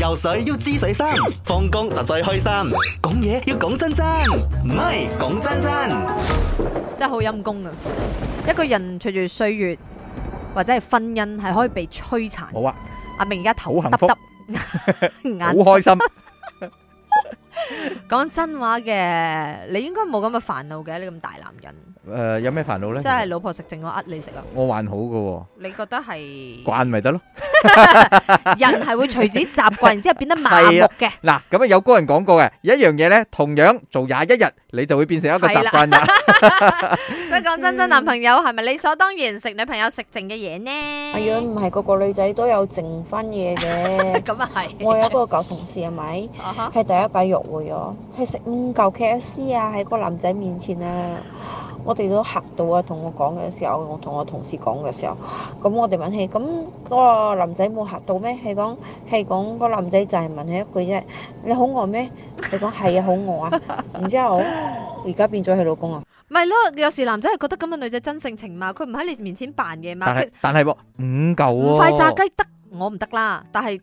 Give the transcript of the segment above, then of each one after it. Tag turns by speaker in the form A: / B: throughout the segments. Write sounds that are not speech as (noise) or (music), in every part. A: 游水要知水深，放工就最開心。講嘢要講真真，唔係講真真。
B: 真係好陰功啊！一個人隨住歲月或者係婚姻係可以被摧殘。
C: 冇啊，
B: 阿明而家頭
C: 好
B: 耷
C: 幸福
B: 耷，
C: (laughs) 好
B: 眼
C: 開心。
B: 講真話嘅，你應該冇咁嘅煩惱嘅。你咁大男人，
C: 诶，有咩煩惱咧？
B: 即係老婆食剩我呃你食啊！
C: 我還好噶，
B: 你覺得
C: (laughs)
B: 係
C: 慣咪得咯。
B: (laughs) 人係會隨自己習慣，然之後變得麻木
C: 係啊
B: 嘅。
C: 嗱，咁啊有高人講過嘅，有一樣嘢咧，同樣做廿一日，你就會變成一個習慣
B: (laughs)
C: 啦。
B: 即係講真真，男朋友係咪理所當然食女朋友食剩嘅嘢
D: 哎
B: 呢？
D: 呀，
C: 啊
D: 唔係個個女仔都有剩翻嘢
B: (laughs)
D: 嘅。
B: 咁啊係。
D: 我有一個舊同事係咪？
B: 啊哈
D: 係第一擺約會咗，係食五嚿 K F C 啊，喺個男仔面前啊，我哋都嚇到啊！同我講嘅時候，我同我同事講嘅時候，咁我哋問起，咁嗰個男仔冇嚇到咩？係講係講個男仔就係問佢一句啫，你好餓咩？你講係啊，好餓啊！然之後而家變咗佢老公啊！
B: 咪咯，有時男仔係覺得咁嘅女仔真性情嘛，佢唔喺你面前扮嘢嘛，
C: 但
B: 佢
C: 係但係喎，五嚿喎，
B: 唔快炸雞得我唔得啦，但係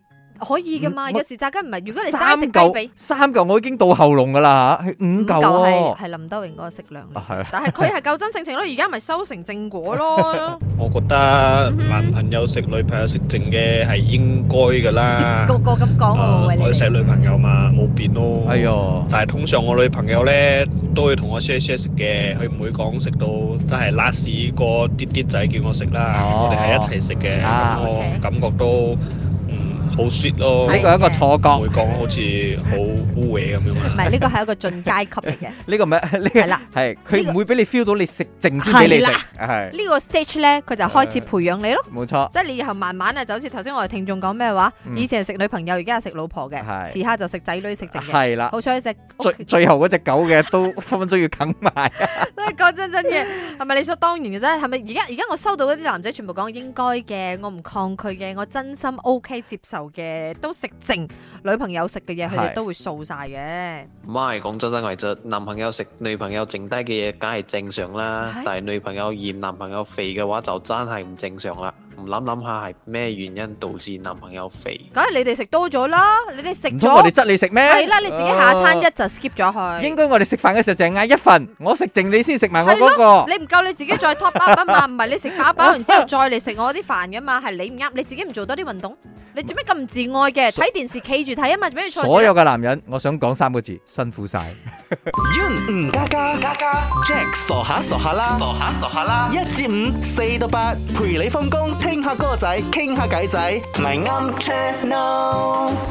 B: 可以噶嘛。
C: 嗯
B: 有時炸雞唔係，如果你
C: 三
B: 齋食雞
C: 嚿
B: 髀，
C: 三嚿我已經到喉嚨噶啦嚇，係五嚿
B: 係
C: 喎。
B: 係林德榮嗰個食量嚟，
C: 啊係啊
B: 但係佢係夠真性情咯。而家咪收成正果
C: (laughs)
B: 咯，
E: 我覺得
B: 嗯哼
E: 男朋友食女朋友食剩嘅係應該噶啦。
B: 個個咁講
E: 啊
B: 喎，喂你
E: 我
B: 哋
E: 細女朋友嘛，冇變咯。
C: 哎呦，
E: 但係通常我女朋友咧都會同我 share share 食嘅，佢唔會講食到真係拉屎個啲啲仔叫我食啦，
C: 哦
E: 我哋係一齊食嘅，
C: 啊
E: 咁我
B: OK
E: 感覺都嗯好 sweet 咯，
C: 呢個係一個
E: 唔
C: 錯
E: 會
C: 覺，
E: 講好似好污穢咁樣啊
B: 唔
E: 啦。
B: 係呢個係一個進階級嚟嘅。
C: 呢個唔係呢個
B: 係啦
C: 係
B: 呢個
C: 佢唔會俾你 feel 到你食剩先俾你食
B: 係，
C: 係
B: 呢
C: (laughs)
B: 個 stage 咧，佢就開始培養你咯。
C: 冇錯。
B: 即係你以後慢慢啊，就好似頭先我哋聽眾講咩話，
C: 嗯
B: 以前係食女朋友，而家係食老婆嘅，
C: 係
B: 遲下就食仔女食剩嘅。
C: 係啦，
B: 好彩只屋
C: 最
B: 企
C: 最後嗰只狗嘅都分分鐘要啃埋。
B: 真係講真真嘅，係咪理所當然嘅啫？係咪而家而家我收到嗰啲男仔全部講應該嘅，我唔抗拒嘅，我真心 OK 接受嘅，都食剩女朋友食嘅嘢，佢哋
C: 係
B: 都會掃晒嘅。
F: 唔係講真真為啫，男朋友食女朋友剩低嘅嘢，梗係正常啦
B: 係。
F: 但係女朋友嫌男朋友肥嘅話，就真係唔正常啦。唔諗諗下係咩原因導致男朋友肥？
B: 梗係你哋食多咗啦，你哋食
C: 唔通我哋
B: 咗
C: 質你食咩？
B: 係啦，你自己下餐一
C: 哦
B: 就 skip 咗佢。
C: 應該我哋食飯嘅時候就係嗌一份，我食剩你先食埋我嗰個。
B: 你唔夠你自己再 top up 啊嘛，唔係你食飽飽，然之後再嚟食我啲飯噶嘛，係你唔啱，你自己唔做多啲運動，你做咩咁唔自愛嘅？睇電視企住睇啊嘛，做咩坐
C: 所
B: 住
C: 有？嘅男人，我想講三個字：辛苦晒。
A: Yun 吳家家家家，Jack 傻下傻下啦，傻下傻下啦，一至五四到八，陪你放工，聽下歌仔，傾下偈仔，咪啱 channel。